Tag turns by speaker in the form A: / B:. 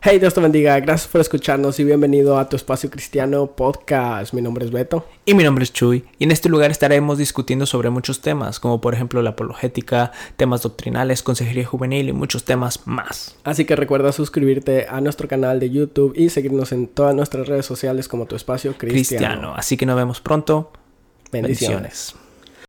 A: Hey, Dios te bendiga. Gracias por escucharnos y bienvenido a tu espacio cristiano podcast. Mi nombre es Beto.
B: Y mi nombre es Chuy, y en este lugar estaremos discutiendo sobre muchos temas, como por ejemplo la apologética, temas doctrinales, consejería juvenil y muchos temas más.
A: Así que recuerda suscribirte a nuestro canal de YouTube y seguirnos en todas nuestras redes sociales como tu espacio cristiano.
B: Cristiano, así que nos vemos pronto.
A: Bendiciones.
B: Bendiciones.